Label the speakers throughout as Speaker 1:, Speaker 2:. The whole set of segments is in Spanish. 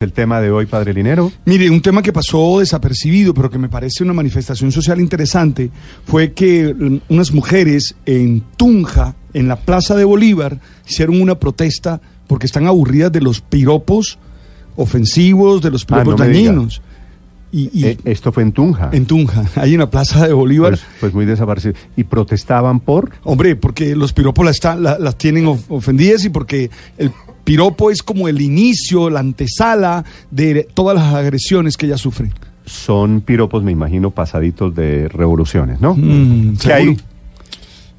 Speaker 1: El tema de hoy, Padre Linero.
Speaker 2: Mire, un tema que pasó desapercibido, pero que me parece una manifestación social interesante, fue que mm, unas mujeres en Tunja, en la Plaza de Bolívar, hicieron una protesta porque están aburridas de los piropos ofensivos, de los
Speaker 1: Ah, no
Speaker 2: piropos
Speaker 1: me diga.
Speaker 2: dañinos. Y, y
Speaker 1: Eh, esto fue en Tunja.
Speaker 2: en Tunja, ahí en la Plaza de Bolívar.
Speaker 1: pues, pues muy desaparecido. Y protestaban por.
Speaker 2: Hombre, porque los piropos las, están- la- las tienen of- ofendidas y porque el piropo es como el inicio, la antesala de todas las agresiones que ellas sufren.
Speaker 1: Son piropos, me imagino, pasaditos de revoluciones, ¿no?
Speaker 2: Mm,
Speaker 1: Que hay,
Speaker 2: seguro.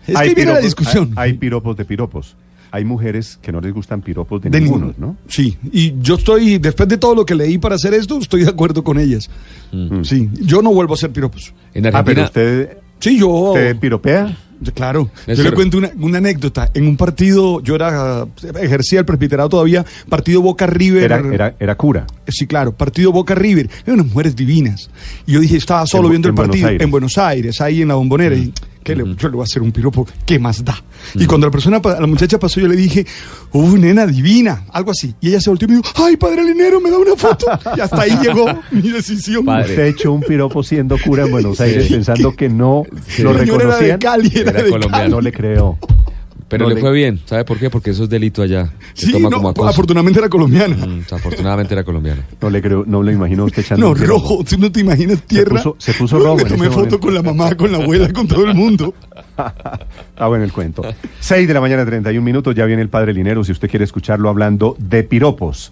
Speaker 2: Es que ahí viene la
Speaker 1: piropos-
Speaker 2: discusión.
Speaker 1: Hay, hay piropos de piropos. Hay mujeres que no les gustan piropos de, ningunos,
Speaker 2: ninguno.
Speaker 1: ¿no?
Speaker 2: Sí, y yo estoy, después de todo lo que leí para hacer esto, estoy de acuerdo con ellas.
Speaker 1: Mm.
Speaker 2: Sí, yo no vuelvo a hacer piropos.
Speaker 3: En
Speaker 1: Ah, pero
Speaker 3: Argentina,
Speaker 1: usted,
Speaker 2: Sí, yo...
Speaker 1: usted piropea.
Speaker 2: Claro, yo
Speaker 3: Néstor.
Speaker 2: le cuento una, una anécdota. En un partido, yo era ejercía el presbiterado todavía, partido Boca River.
Speaker 1: Era, era, era cura.
Speaker 2: Sí, claro, partido Boca River. Eran unas mujeres divinas. Y yo dije, estaba solo
Speaker 1: En Bu-
Speaker 2: viendo el
Speaker 1: en Buenos
Speaker 2: partido
Speaker 1: Aires.
Speaker 2: en Buenos Aires, ahí en la bombonera. Y, ¿qué le- yo le voy a hacer un piropo, ¿qué más da? Y cuando la persona, pa- la muchacha pasó, yo le dije, ¡uh, nena divina! Algo así. Y ella se volteó y me dijo, ¡ay, padre Linero, me da una foto! Y hasta ahí llegó mi decisión.
Speaker 3: Padre.
Speaker 1: Usted echó un piropo siendo cura en Buenos Aires
Speaker 3: Sí.
Speaker 1: pensando que no
Speaker 3: Sí.
Speaker 1: lo
Speaker 3: El
Speaker 2: señor era de
Speaker 1: reconocían.
Speaker 2: Cali, era
Speaker 3: Era
Speaker 2: de
Speaker 3: colombiano.
Speaker 2: Cali.
Speaker 1: No le creo.
Speaker 3: pero
Speaker 1: no
Speaker 3: le
Speaker 1: le-
Speaker 3: fue bien. ¿Sabe por qué? Porque eso es delito allá. Se
Speaker 2: Sí,
Speaker 3: toma
Speaker 2: no,
Speaker 3: como acoso.
Speaker 2: afortunadamente era colombiana.
Speaker 3: Mm, afortunadamente era colombiano.
Speaker 1: No le creo, no lo imagino a usted echando
Speaker 2: No,
Speaker 1: un piropo.
Speaker 2: rojo, tú no te imaginas tierra.
Speaker 1: puso- se puso
Speaker 2: No,
Speaker 1: rojo
Speaker 2: Me
Speaker 1: en
Speaker 2: tomé
Speaker 1: ese
Speaker 2: foto
Speaker 1: momento.
Speaker 2: con la mamá, con la abuela, con todo el mundo.
Speaker 1: Ah, bueno, el cuento. 6 de la mañana, 31 minutos, ya viene el Padre Linero, si usted quiere escucharlo hablando de piropos.